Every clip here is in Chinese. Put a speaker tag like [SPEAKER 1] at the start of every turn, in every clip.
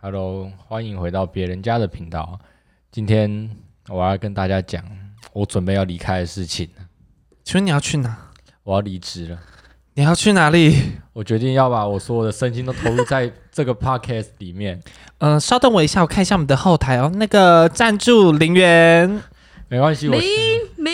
[SPEAKER 1] Hello，欢迎回到别人家的频道。今天我要跟大家讲我准备要离开的事情，
[SPEAKER 2] 请问你要去哪？
[SPEAKER 1] 我要离职了。
[SPEAKER 2] 你要去哪里？
[SPEAKER 1] 我决定要把我所有的身心都投入在这个 podcast 里面。
[SPEAKER 2] 嗯、稍等我一下，我看一下我们的后台哦。那个赞助零元，
[SPEAKER 1] 没关系，我
[SPEAKER 3] 明明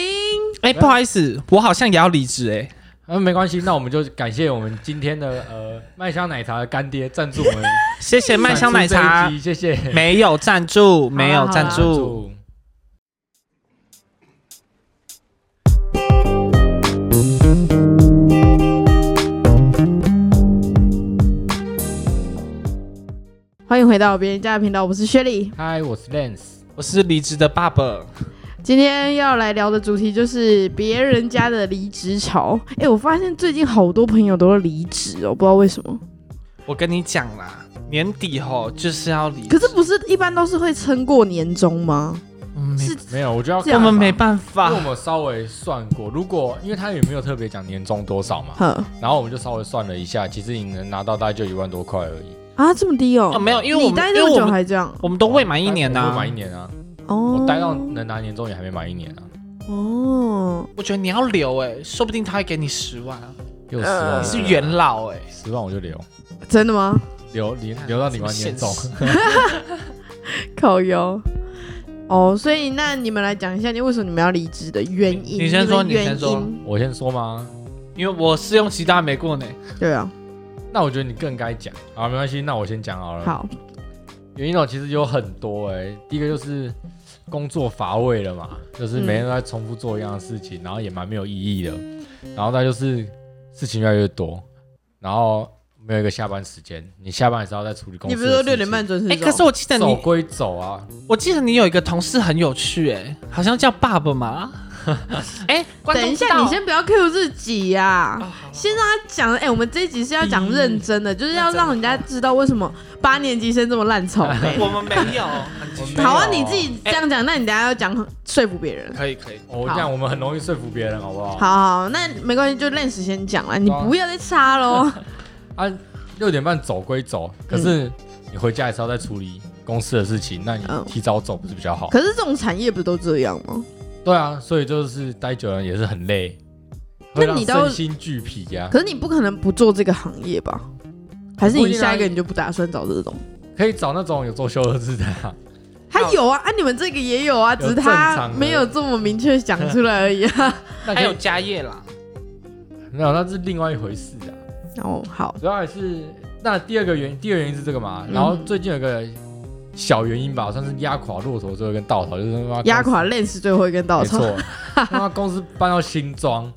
[SPEAKER 2] 哎、不好意思，我好像也要离职哎。
[SPEAKER 1] 嗯没关系，那我们就感谢我们今天的呃麦香奶茶的干爹赞助我们
[SPEAKER 2] 谢谢 麦香奶
[SPEAKER 1] 赞助
[SPEAKER 2] 茶
[SPEAKER 1] 这，一集，谢谢。
[SPEAKER 2] 没有赞助，没有
[SPEAKER 1] 赞
[SPEAKER 2] 赞助。
[SPEAKER 1] 助
[SPEAKER 3] 欢迎回到别人家的频道，我是薛丽。
[SPEAKER 1] 嗨，我是 Lance。
[SPEAKER 2] 我是离职的爸爸，
[SPEAKER 3] 今天要来聊的主题就是别人家的离职潮。哎，我发现最近好多朋友都要离职哦，不知道为什么。
[SPEAKER 2] 我跟你讲啦，年底吼就是要离职，
[SPEAKER 3] 可是不是一般都是会撑过年终吗？
[SPEAKER 2] 嗯
[SPEAKER 3] 是
[SPEAKER 1] 没有，我就要
[SPEAKER 3] 这
[SPEAKER 2] 我
[SPEAKER 3] 样
[SPEAKER 2] 们没
[SPEAKER 3] 吧
[SPEAKER 2] 办
[SPEAKER 1] 因为我
[SPEAKER 2] 法。
[SPEAKER 1] 们稍微算过，如果因为他也没有特别讲年终多少嘛，
[SPEAKER 3] 呵
[SPEAKER 1] 然后我们就稍微算了一下，其实你能拿到大概就一万多块而已。
[SPEAKER 3] 啊，这么低
[SPEAKER 2] 哦，
[SPEAKER 3] 哦？
[SPEAKER 2] 没有，因为我
[SPEAKER 3] 你
[SPEAKER 2] 们
[SPEAKER 3] 待
[SPEAKER 2] 因
[SPEAKER 3] 那
[SPEAKER 2] 为
[SPEAKER 3] 么
[SPEAKER 2] 我
[SPEAKER 3] 久
[SPEAKER 2] 们
[SPEAKER 3] 还这样
[SPEAKER 2] 我们都未满一年呐、
[SPEAKER 1] 我未满一年啊，
[SPEAKER 3] 哦？
[SPEAKER 1] 我待到能拿年终也还没满一年啊，
[SPEAKER 3] 哦，
[SPEAKER 2] 我觉得你要留哎、说不定他会给你十万啊，
[SPEAKER 1] 又十万，
[SPEAKER 3] 呃
[SPEAKER 2] 你是元老哎、
[SPEAKER 1] 十万我就留
[SPEAKER 3] 真的吗？
[SPEAKER 1] 留留留到你完年终。
[SPEAKER 2] 现
[SPEAKER 3] 靠腰。哦，所以那你们来讲一下，你为什么你们要离职的原因？
[SPEAKER 2] 你先说
[SPEAKER 3] 们原
[SPEAKER 2] 你先说
[SPEAKER 3] 因
[SPEAKER 1] 我先说吗？
[SPEAKER 2] 因为我试用期大没过呢。
[SPEAKER 3] 对啊，
[SPEAKER 1] 那我觉得你更该讲啊，没关系，那我先讲好了。
[SPEAKER 3] 好，
[SPEAKER 1] 原因哦，其实有很多哎、第一个就是工作乏味了嘛，就是每天都在重复做一样的事情，然后也蛮没有意义的。然后再就是事情越来越多，然后没有一个下班时间，你下班也是要在处理公司。
[SPEAKER 3] 你不是说六点半？准时
[SPEAKER 2] 哎、
[SPEAKER 3] 走？
[SPEAKER 2] 可是我记得
[SPEAKER 1] 走
[SPEAKER 2] 你
[SPEAKER 1] 归走啊，
[SPEAKER 2] 我记得你有一个同事很有趣、哎，好像叫爸爸嘛。 哎、观众
[SPEAKER 3] 等一
[SPEAKER 2] 知
[SPEAKER 3] 下，
[SPEAKER 2] 道
[SPEAKER 3] 你先不要 Q 自己呀、
[SPEAKER 2] 哦好
[SPEAKER 3] 先让他讲。哎、我们这一集是要讲认真的，就是要
[SPEAKER 2] 认真的哎
[SPEAKER 3] 让人家知道为什么八年级生这么烂草莓。
[SPEAKER 2] 我们没有，很继续
[SPEAKER 1] 没有
[SPEAKER 3] 好啊，你自己这样讲，那你等一下要讲说服别人。
[SPEAKER 2] 哎可以可以。
[SPEAKER 1] 我、哦这样我们很容易说服别人，好不好？
[SPEAKER 3] 好好，那没关系，就认识先讲
[SPEAKER 2] 啊
[SPEAKER 3] 了，你不要再插 喽。
[SPEAKER 1] 啊，六点半走归走，可是你回家也是要在处理公司的事情，那你
[SPEAKER 3] 嗯
[SPEAKER 1] 提早走不是比较好？
[SPEAKER 3] 可是这种产业不都这样吗？
[SPEAKER 1] 对啊，所以就是待久了也是很累，
[SPEAKER 3] 那
[SPEAKER 1] 会让
[SPEAKER 3] 你到
[SPEAKER 1] 身心俱疲啊呀、
[SPEAKER 3] 可是你不可能不做这个行业吧？还是
[SPEAKER 1] 不一
[SPEAKER 3] 你
[SPEAKER 1] 定啊
[SPEAKER 3] 下一个你就不打算找这种？
[SPEAKER 1] 可以找那种有做休二字的、啊，
[SPEAKER 3] 他有啊，啊，你们这个也有啊，只是
[SPEAKER 1] 正
[SPEAKER 3] 他
[SPEAKER 1] 常的
[SPEAKER 3] 没有这么明确讲出来而已啊。
[SPEAKER 1] 那可
[SPEAKER 2] 还有
[SPEAKER 1] 以
[SPEAKER 2] 家业啦，
[SPEAKER 1] 没有，那是另外一回事啊。
[SPEAKER 3] 哦，好，
[SPEAKER 1] 主要还是那第二个原因，第二个原因是这个嘛。
[SPEAKER 3] 嗯
[SPEAKER 1] 然后最近有个小原因吧，算是压垮骆驼最后一根稻草，就是他妈公司
[SPEAKER 3] 压垮认识最后一根稻
[SPEAKER 1] 没
[SPEAKER 3] 草。
[SPEAKER 1] 错，他妈公司搬到新庄，你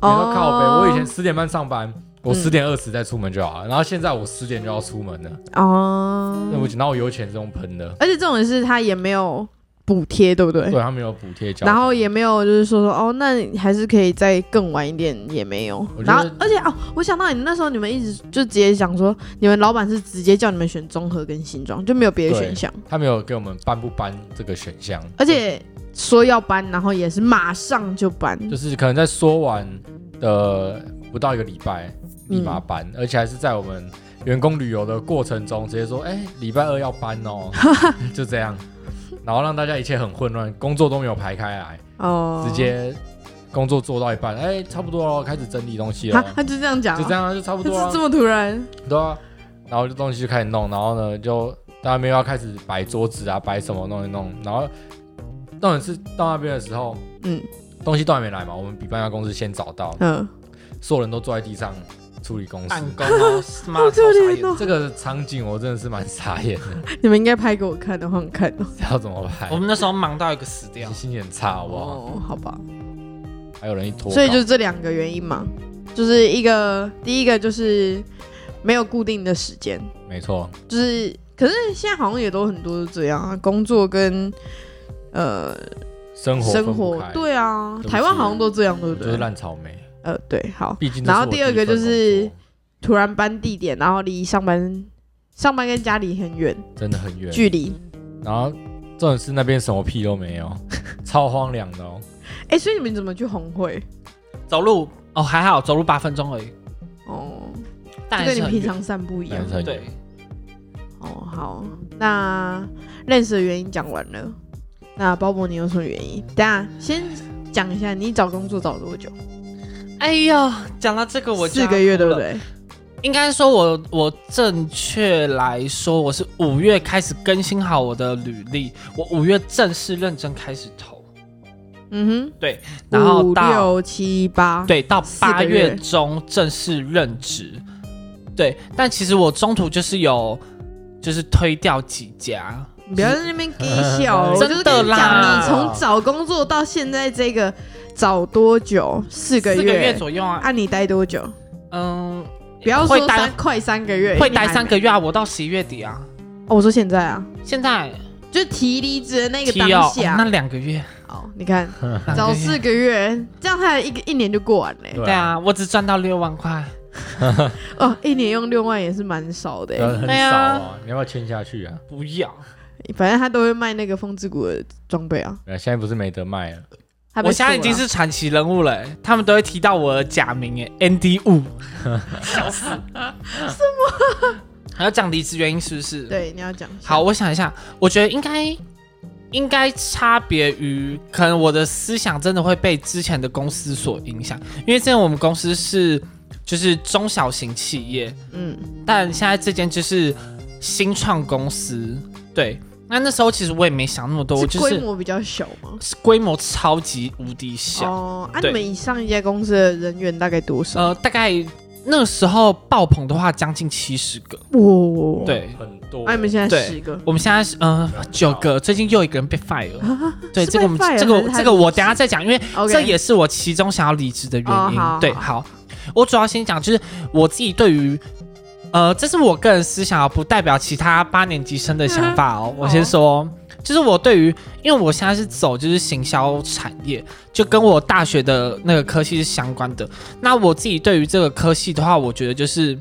[SPEAKER 1] 说靠北，我以前十点半上班，我
[SPEAKER 3] 哦嗯
[SPEAKER 1] 十点二十再出门就好了，然后现在我十点就要出门了，
[SPEAKER 3] 哦，
[SPEAKER 1] 那我然后我油钱是用喷的，
[SPEAKER 3] 而且这种是他也没有补贴，对不对？
[SPEAKER 1] 对他啊们有补贴交，
[SPEAKER 3] 然后也没有就是说说哦，那你还是可以再更晚一点，也没有
[SPEAKER 1] 我。觉得
[SPEAKER 3] 然后而且哦，我想到你那时候你们一直就直接想说，你们老板是直接叫你们选综合跟新装，就没有别的
[SPEAKER 1] 对
[SPEAKER 3] 选项，
[SPEAKER 1] 他们有给我们搬不搬这个选项，
[SPEAKER 3] 而且说要搬，然后也是马上就搬。
[SPEAKER 1] 就是可能在说完的不到一个礼拜
[SPEAKER 3] 嗯
[SPEAKER 1] 立马搬，而且还是在我们员工旅游的过程中直接说，哎、礼拜二要搬 哦，就这样，然后让大家一切很混乱，工作都没有排开来，
[SPEAKER 3] 哦，
[SPEAKER 1] 直接工作做到一半，哎、差不多了，开始整理东西
[SPEAKER 3] 他
[SPEAKER 1] 了，
[SPEAKER 3] 他就这样讲啊，
[SPEAKER 1] 就这样啊就差不
[SPEAKER 3] 就
[SPEAKER 1] 多
[SPEAKER 3] 是这
[SPEAKER 1] 了，
[SPEAKER 3] 么突然。
[SPEAKER 1] 对啊，然后就东西就开始弄，然后呢就大家没有要开始摆桌子啊，摆什么弄一弄，然后重点是到那边的时候。
[SPEAKER 3] 嗯
[SPEAKER 1] 东西都还没来嘛，我们比搬家公司先找到，
[SPEAKER 3] 嗯，
[SPEAKER 1] 所有人都坐在地上处理公司
[SPEAKER 2] 办。公哦，妈
[SPEAKER 3] 好
[SPEAKER 2] 超
[SPEAKER 3] 可
[SPEAKER 2] 傻
[SPEAKER 3] 怜
[SPEAKER 2] 眼。
[SPEAKER 3] 哦！
[SPEAKER 1] 这个场景我真的是蛮傻眼的，
[SPEAKER 3] 你们应该拍给我看的，我想看哦。
[SPEAKER 1] 要怎么拍
[SPEAKER 2] 我？们那时候忙到一个死掉，
[SPEAKER 1] 心情很差，好不好？
[SPEAKER 3] 哦，好吧。
[SPEAKER 1] 还有人一拖稿，
[SPEAKER 3] 所以就这两个原因嘛，就是一个第一个就是没有固定的时间，
[SPEAKER 1] 没错，
[SPEAKER 3] 就是可是现在好像也都很多都这样啊，工作跟呃
[SPEAKER 1] 生活
[SPEAKER 3] 生
[SPEAKER 1] 分不
[SPEAKER 3] 活
[SPEAKER 1] 开，
[SPEAKER 3] 对啊
[SPEAKER 1] 对，不起
[SPEAKER 3] 台湾好像都这样，对
[SPEAKER 1] 我
[SPEAKER 3] 不
[SPEAKER 1] 就是
[SPEAKER 3] 对？
[SPEAKER 1] 烂草莓。
[SPEAKER 3] 呃，对，好，
[SPEAKER 1] 毕竟这
[SPEAKER 3] 然后
[SPEAKER 1] 是我
[SPEAKER 3] 第二个
[SPEAKER 1] 一份
[SPEAKER 3] 就是
[SPEAKER 1] 工
[SPEAKER 3] 突然搬地点，然后离上班上班跟家里很远
[SPEAKER 1] 作真的很远，
[SPEAKER 3] 距离，
[SPEAKER 1] 然后重点是那边什么屁都没有， 超荒凉的哦。
[SPEAKER 3] 哎、所以你们怎么去红会？
[SPEAKER 2] 走路哦还好，走路八分钟而已，
[SPEAKER 3] 哦，
[SPEAKER 2] 但还
[SPEAKER 3] 就跟你
[SPEAKER 2] 是很
[SPEAKER 3] 平
[SPEAKER 2] 远
[SPEAKER 3] 常散步一样
[SPEAKER 1] 但是很远
[SPEAKER 2] 对，
[SPEAKER 3] 哦，好，那认识的原因讲完了，那包伯你有什么原因？等一下先讲一下，你找工作找多久？
[SPEAKER 2] 哎呀，讲到这个我就
[SPEAKER 3] 四
[SPEAKER 2] 要
[SPEAKER 3] 个月对不
[SPEAKER 2] 哭了？
[SPEAKER 3] 对？
[SPEAKER 2] 应该说我我正确来说，我是五月开始更新好我的履历，我五月正式认真开始投，
[SPEAKER 3] 嗯
[SPEAKER 2] 对，
[SPEAKER 3] 哼，
[SPEAKER 2] 然后
[SPEAKER 3] 五
[SPEAKER 2] 到
[SPEAKER 3] 六七八，，
[SPEAKER 2] 对到
[SPEAKER 3] 啊四个
[SPEAKER 2] 八
[SPEAKER 3] 月
[SPEAKER 2] 月中正式任职，对，但其实我中途就是有就是推掉几家，
[SPEAKER 3] 你不要在那边给笑，我就是
[SPEAKER 2] 真的
[SPEAKER 3] 跟你讲，
[SPEAKER 2] 啦
[SPEAKER 3] 你从找工作到现在这个找多久？四个
[SPEAKER 2] 四个月
[SPEAKER 3] 月，
[SPEAKER 2] 左右啊，
[SPEAKER 3] 啊，你待多久？
[SPEAKER 2] 嗯，
[SPEAKER 3] 不要
[SPEAKER 2] 会
[SPEAKER 3] 说
[SPEAKER 2] 待
[SPEAKER 3] 三快三个月，
[SPEAKER 2] 会
[SPEAKER 3] 你还
[SPEAKER 2] 待三个月啊，我到十一月底啊，
[SPEAKER 3] 没。哦，我说现在啊，
[SPEAKER 2] 现在
[SPEAKER 3] 就提离职的那个
[SPEAKER 2] 提
[SPEAKER 3] 当
[SPEAKER 2] 哦
[SPEAKER 3] 下
[SPEAKER 2] 那，两个月，
[SPEAKER 3] 哦，你看
[SPEAKER 2] 两个
[SPEAKER 3] 早
[SPEAKER 2] 月
[SPEAKER 3] 四个月，这样他一个一年就过完了欸。
[SPEAKER 1] 对
[SPEAKER 2] 对啊，我只赚到六万块。
[SPEAKER 3] 哦，一年用六万也是蛮少的
[SPEAKER 1] 对啊，
[SPEAKER 3] 欸，
[SPEAKER 1] 很
[SPEAKER 2] 对
[SPEAKER 1] 少
[SPEAKER 2] 啊
[SPEAKER 1] 啊，你要不要签下去啊？
[SPEAKER 2] 不要，
[SPEAKER 3] 反正他都会卖那个风之谷的装备啊。
[SPEAKER 1] 对啊现在不是没得卖了，
[SPEAKER 3] 他被
[SPEAKER 2] 我现在已
[SPEAKER 3] 锁
[SPEAKER 2] 经
[SPEAKER 3] 了啊
[SPEAKER 2] 是传奇人物了、欸他们都会提到我的假名哎、n d 五，笑死，什么？ 还要讲离职原因是不是？，
[SPEAKER 3] 对，你要讲一下
[SPEAKER 2] 好，，我想一下，我觉得应该应该差别于，可能我的思想真的会被之前的公司所影响，因为之前我们公司是就是中小型企业，
[SPEAKER 3] 嗯，
[SPEAKER 2] 但现在这间就是新创公司，对。那那时候其实我也没想那么多，我
[SPEAKER 3] 是
[SPEAKER 2] 就
[SPEAKER 3] 规
[SPEAKER 2] 是
[SPEAKER 3] 模比较小吗？
[SPEAKER 2] 是规模超级无敌小，
[SPEAKER 3] 哦，啊，你
[SPEAKER 2] 对
[SPEAKER 3] 们以上一家公司的人员大概多少？
[SPEAKER 2] 呃，大概那时候爆棚的话，将近七十个。
[SPEAKER 3] 哇，
[SPEAKER 2] 呃对
[SPEAKER 1] 很多
[SPEAKER 3] 啊，你们现在
[SPEAKER 2] 对
[SPEAKER 3] 十个，
[SPEAKER 2] 我们现在是呃九个，最近又一个人被 fire 了。对，
[SPEAKER 3] 啊是
[SPEAKER 2] 这个我们
[SPEAKER 3] 被 fire
[SPEAKER 2] 这个
[SPEAKER 3] 还是
[SPEAKER 2] 我
[SPEAKER 3] 他
[SPEAKER 2] 这个我
[SPEAKER 3] 离职
[SPEAKER 2] 等一下再讲，因为
[SPEAKER 3] OK，
[SPEAKER 2] 这也是我其中想要离职的原
[SPEAKER 3] 哦
[SPEAKER 2] 因。
[SPEAKER 3] 好
[SPEAKER 2] 对，
[SPEAKER 3] 好
[SPEAKER 2] 好，我主要先讲就是我自己对于。呃，这是我个人思想啊，不代表其他八年级生的想法哦。
[SPEAKER 3] 嗯
[SPEAKER 2] 我先说哦，就是我对于，因为我现在是走就是行销产业，就跟我大学的那个科系是相关的。那我自己对于这个科系的话，我觉得就是，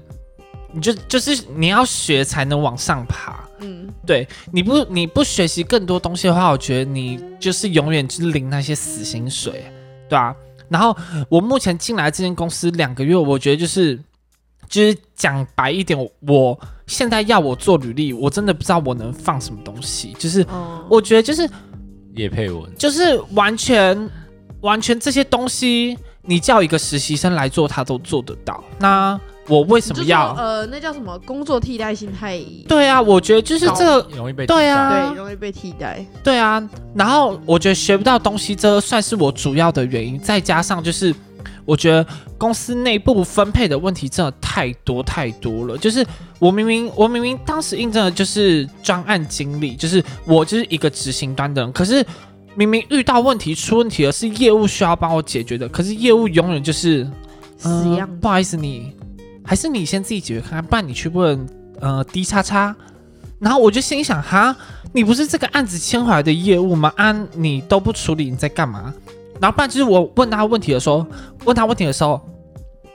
[SPEAKER 2] 你就就是你要学才能往上爬。
[SPEAKER 3] 嗯，
[SPEAKER 2] 对，你不你不学习更多东西的话，我觉得你就是永远就是领那些死薪水，对啊。然后我目前进来这间公司两个月，我觉得就是就是讲白一点，我我现在要我做履历，我真的不知道我能放什么东西，就是
[SPEAKER 3] 哦，
[SPEAKER 2] 我觉得就是
[SPEAKER 1] 叶佩文，
[SPEAKER 2] 就是完全完全这些东西，你叫一个实习生来做，他都做得到。那我为
[SPEAKER 3] 你
[SPEAKER 2] 什
[SPEAKER 3] 就
[SPEAKER 2] 么
[SPEAKER 3] 说
[SPEAKER 2] 要？
[SPEAKER 3] 呃，那叫什么工作替代性太
[SPEAKER 2] 对啊，我觉得就是这个，
[SPEAKER 1] 容易被
[SPEAKER 2] 对啊
[SPEAKER 3] 对，容易被替代，
[SPEAKER 2] 对啊，然后我觉得学不到东西，这算是我主要的原因。再加上就是，我觉得公司内部分配的问题真的太多太多了。就是我明明我明明当时应征的就是专案经理，就是我就是一个执行端的人，可是明明遇到问题出问题了，是业务需要帮我解决的，可是业务永远就是
[SPEAKER 3] 死
[SPEAKER 2] 嗯
[SPEAKER 3] 样子
[SPEAKER 2] 不好意思你，还是你先自己解决看看，不然你去问呃 D 叉叉。然后我就心想，哈，你不是这个案子签回来的业务吗？啊，你都不处理，你在干嘛？然后不然就是我问他问题的时候，问他问题的时候，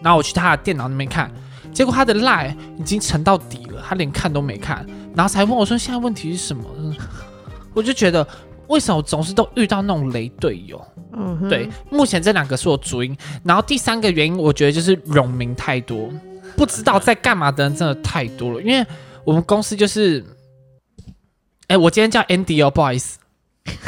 [SPEAKER 2] 然后我去他的电脑那边看，结果他的 line 已经沉到底了，他连看都没看，然后才问我说现在问题是什么？嗯我就觉得为什么总是都遇到那种雷队友？
[SPEAKER 3] 嗯哼，
[SPEAKER 2] 啊对，目前这两个是我主因，然后第三个原因，我觉得就是扰民太多，不知道在干嘛的人真的太多了。因为我们公司就是，哎，我今天叫 Andy 哦，不好意思，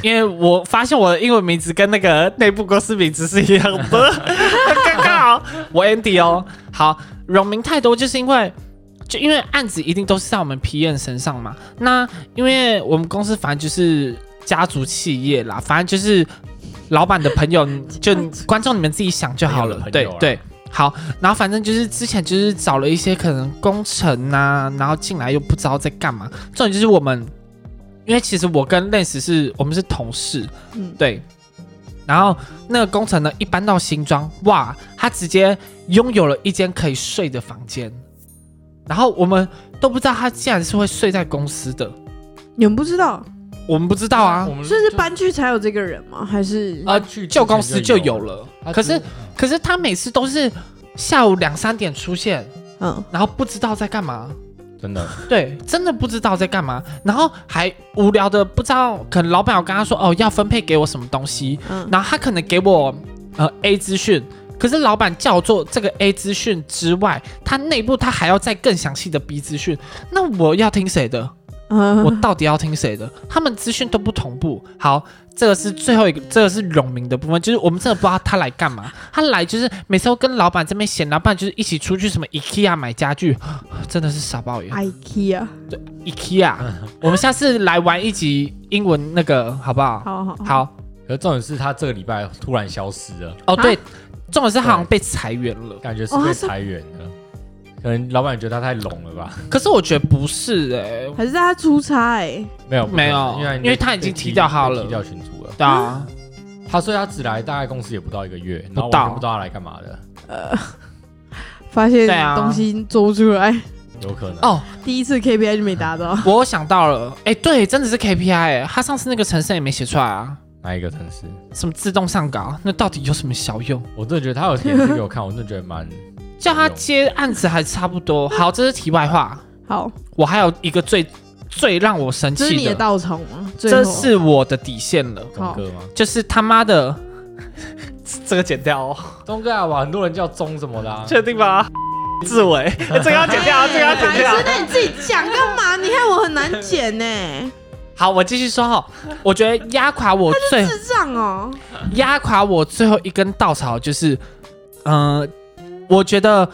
[SPEAKER 2] 因为我发现我的英文名字跟那个内部公司名字是一样的，很尴尬哦。我 Andy 哦，好，扰民太多就是因为。就因为案子一定都是在我们 PM 身上嘛，那因为我们公司反正就是家族企业啦，反正就是老板的朋友，就观众你们自己想就好了
[SPEAKER 1] 朋友。的啊朋
[SPEAKER 2] 对
[SPEAKER 1] 友啦
[SPEAKER 2] 对，好，然后反正就是之前就是找了一些可能工程呐、然后进来又不知道在干嘛。重点就是我们，因为其实我跟 Lance 是我们是同事，
[SPEAKER 3] 嗯，
[SPEAKER 2] 对。然后那个工程呢，一搬到新庄，哇，他直接拥有了一间可以睡的房间。然后我们都不知道他竟然是会睡在公司的，
[SPEAKER 3] 你们不知道，
[SPEAKER 2] 我们不知道啊
[SPEAKER 1] 我。们
[SPEAKER 3] 所以是搬去才有这个人吗？还是
[SPEAKER 2] 呃
[SPEAKER 1] 去
[SPEAKER 2] 旧公司就有，了，
[SPEAKER 1] 他
[SPEAKER 2] 可
[SPEAKER 1] 只
[SPEAKER 2] 是可是他每次都是下午两三点出现，
[SPEAKER 3] 嗯，
[SPEAKER 2] 然后不知道在干嘛。
[SPEAKER 1] 真的
[SPEAKER 2] 对，真的不知道在干嘛，然后还无聊的不知道，可能老板有跟他说哦要分配给我什么东西，
[SPEAKER 3] 嗯
[SPEAKER 2] 然后他可能给我呃 A 资讯，可是老板叫做这个 A 资讯之外，他内部他还要再更详细的 B 资讯，那我要听谁的？
[SPEAKER 3] 嗯
[SPEAKER 2] 我到底要听谁的？他们资讯都不同步。好，这个是最后一个，这个是荣民的部分，就是我们真的不知道他来干嘛。他来就是每次都跟老板这边闲聊，不然就是一起出去什么 IKEA 买家具，真的是傻爆
[SPEAKER 3] 哎
[SPEAKER 2] 眼。
[SPEAKER 3] ，IKEA，
[SPEAKER 2] IKEA，我们下次来玩一集英文那个好不好？
[SPEAKER 3] 好好，
[SPEAKER 2] 好
[SPEAKER 1] 可是重点是他这个礼拜突然消失了，
[SPEAKER 2] 哦，
[SPEAKER 3] 啊
[SPEAKER 2] 对，重点是他好像被裁员了，
[SPEAKER 1] 感觉是
[SPEAKER 3] 哦他
[SPEAKER 1] 被
[SPEAKER 3] 是
[SPEAKER 1] 裁员了。可能老板觉得他太拢了 吧？
[SPEAKER 2] 可是我觉得不是哎、欸，
[SPEAKER 3] 还是他出差欸，
[SPEAKER 1] 没有，不可能
[SPEAKER 2] 没有
[SPEAKER 1] 因为
[SPEAKER 2] 因为他已经踢掉他了
[SPEAKER 1] 被踢掉群主了。
[SPEAKER 2] 对啊，
[SPEAKER 1] 他所以他只来大概公司也不到一个月，然后
[SPEAKER 2] 不
[SPEAKER 1] 我
[SPEAKER 2] 到
[SPEAKER 1] 全不知道他来干嘛的，
[SPEAKER 3] 发现
[SPEAKER 2] 对啊
[SPEAKER 3] 东西做不出来，
[SPEAKER 1] 有可能。
[SPEAKER 2] 哦，
[SPEAKER 3] 第一次 KPI 就没 达到，
[SPEAKER 2] 我想到了，哎、对，真的是 KPI，、欸、他上次那个程式也没写出来啊。
[SPEAKER 1] 哪一个城市？
[SPEAKER 2] 什么自动上岗，啊那到底有什么小用？
[SPEAKER 1] 我真的觉得他有点示给我看，我真的觉得蛮
[SPEAKER 2] 叫他接案子还差不多。好，这是题外话。
[SPEAKER 3] 好，
[SPEAKER 2] 我还有一个最最让我生
[SPEAKER 3] 这是你
[SPEAKER 2] 气
[SPEAKER 3] 的
[SPEAKER 2] 的，
[SPEAKER 3] 道场吗？最
[SPEAKER 2] 这
[SPEAKER 3] 后
[SPEAKER 2] 是我的底线了，
[SPEAKER 1] 钟哥吗？
[SPEAKER 2] 就是他妈的， 这个剪掉哦，
[SPEAKER 1] 钟哥啊，哇，很多人叫钟什么的、啊，
[SPEAKER 2] 确定吗？志伟，欸这个要剪掉，这个要剪掉
[SPEAKER 3] 白。哎痴那你自己讲干 嘛？你看我很难剪呢，
[SPEAKER 2] 好，我继续说哈。我觉得压垮我最
[SPEAKER 3] 智障哦，
[SPEAKER 2] 压垮我最后一根稻草就是，嗯、我觉得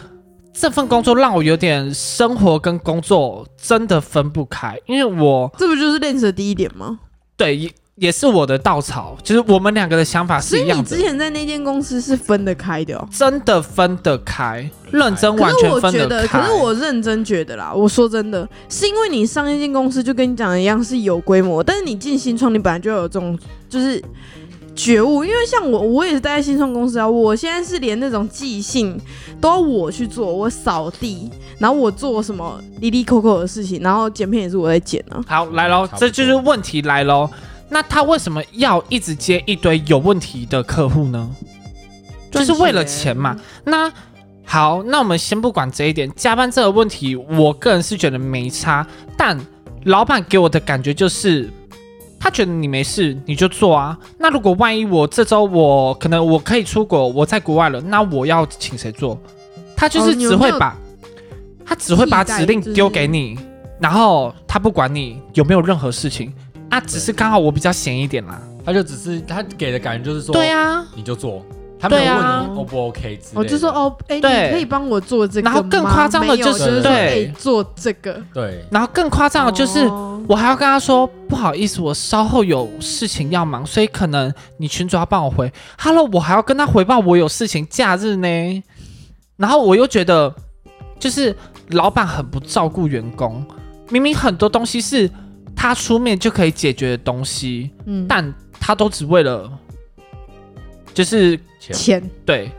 [SPEAKER 2] 这份工作让我有点生活跟工作真的分不开，因为我
[SPEAKER 3] 这不就是认识的第一点吗？
[SPEAKER 2] 对也也是我的稻草，就是我们两个的想法
[SPEAKER 3] 所
[SPEAKER 2] 是一
[SPEAKER 3] 以你
[SPEAKER 2] 样的
[SPEAKER 3] 之，前在那间公司是分得开的哦。
[SPEAKER 2] 真的分得开，认真
[SPEAKER 3] 可
[SPEAKER 2] 完
[SPEAKER 3] 是
[SPEAKER 2] 全
[SPEAKER 3] 我
[SPEAKER 2] 分
[SPEAKER 3] 觉得，
[SPEAKER 2] 开。
[SPEAKER 3] 可是我认真觉得啦，我说真的，是因为你上一间公司就跟你讲的一样是有规模，但是你进新创，你本来就有这种就是觉悟。因为像我，我也是待在新创公司啊，我现在是连那种寄信都要我去做，我扫地，然后我做什么滴滴扣扣的事情，然后剪片也是我在剪啊。
[SPEAKER 2] 好来喽
[SPEAKER 1] 差，不多
[SPEAKER 2] 这就是问题来喽。那他为什么要一直接一堆有问题的客户呢？就是为了钱嗯嘛。那好，那我们先不管这一点，加班这个问题，我个人是觉得没差，但老板给我的感觉就是。他觉得你没事，你就做啊。那如果万一我这周我可能我可以出国，我在国外了，那我要请谁做？他就
[SPEAKER 3] 哦
[SPEAKER 2] 是
[SPEAKER 3] 你有
[SPEAKER 2] 只
[SPEAKER 3] 没
[SPEAKER 2] 会
[SPEAKER 3] 有
[SPEAKER 2] 把，他只会把
[SPEAKER 3] 替代
[SPEAKER 2] 指令
[SPEAKER 3] 就是
[SPEAKER 2] 丢给你，然后他不管你有没有任何事情。啊，只是刚好我比较闲一点啦。
[SPEAKER 1] 他就只是他给的感觉就是说，
[SPEAKER 2] 对啊，
[SPEAKER 1] 你就做，他没有
[SPEAKER 2] 对啊
[SPEAKER 1] 问你 O 不 OK 之类的。
[SPEAKER 3] 我就说哦，哎、
[SPEAKER 2] 对
[SPEAKER 3] 你可以帮我做这个
[SPEAKER 2] 然
[SPEAKER 3] 吗，
[SPEAKER 2] 后更夸张的
[SPEAKER 3] 没有
[SPEAKER 2] 就是
[SPEAKER 3] 就是说
[SPEAKER 2] 对
[SPEAKER 3] 哎做这个，
[SPEAKER 1] 对，
[SPEAKER 2] 然后更夸张的就是，
[SPEAKER 3] 哦
[SPEAKER 2] 我还要跟他说不好意思，我稍后有事情要忙，所以可能你群主要帮我回。Hello，我还要跟他回报我有事情，假日呢。然后我又觉得，就是老板很不照顾员工，明明很多东西是他出面就可以解决的东西，
[SPEAKER 3] 嗯
[SPEAKER 2] 但他都只为了，就是
[SPEAKER 1] 钱
[SPEAKER 3] 钱，
[SPEAKER 2] 对，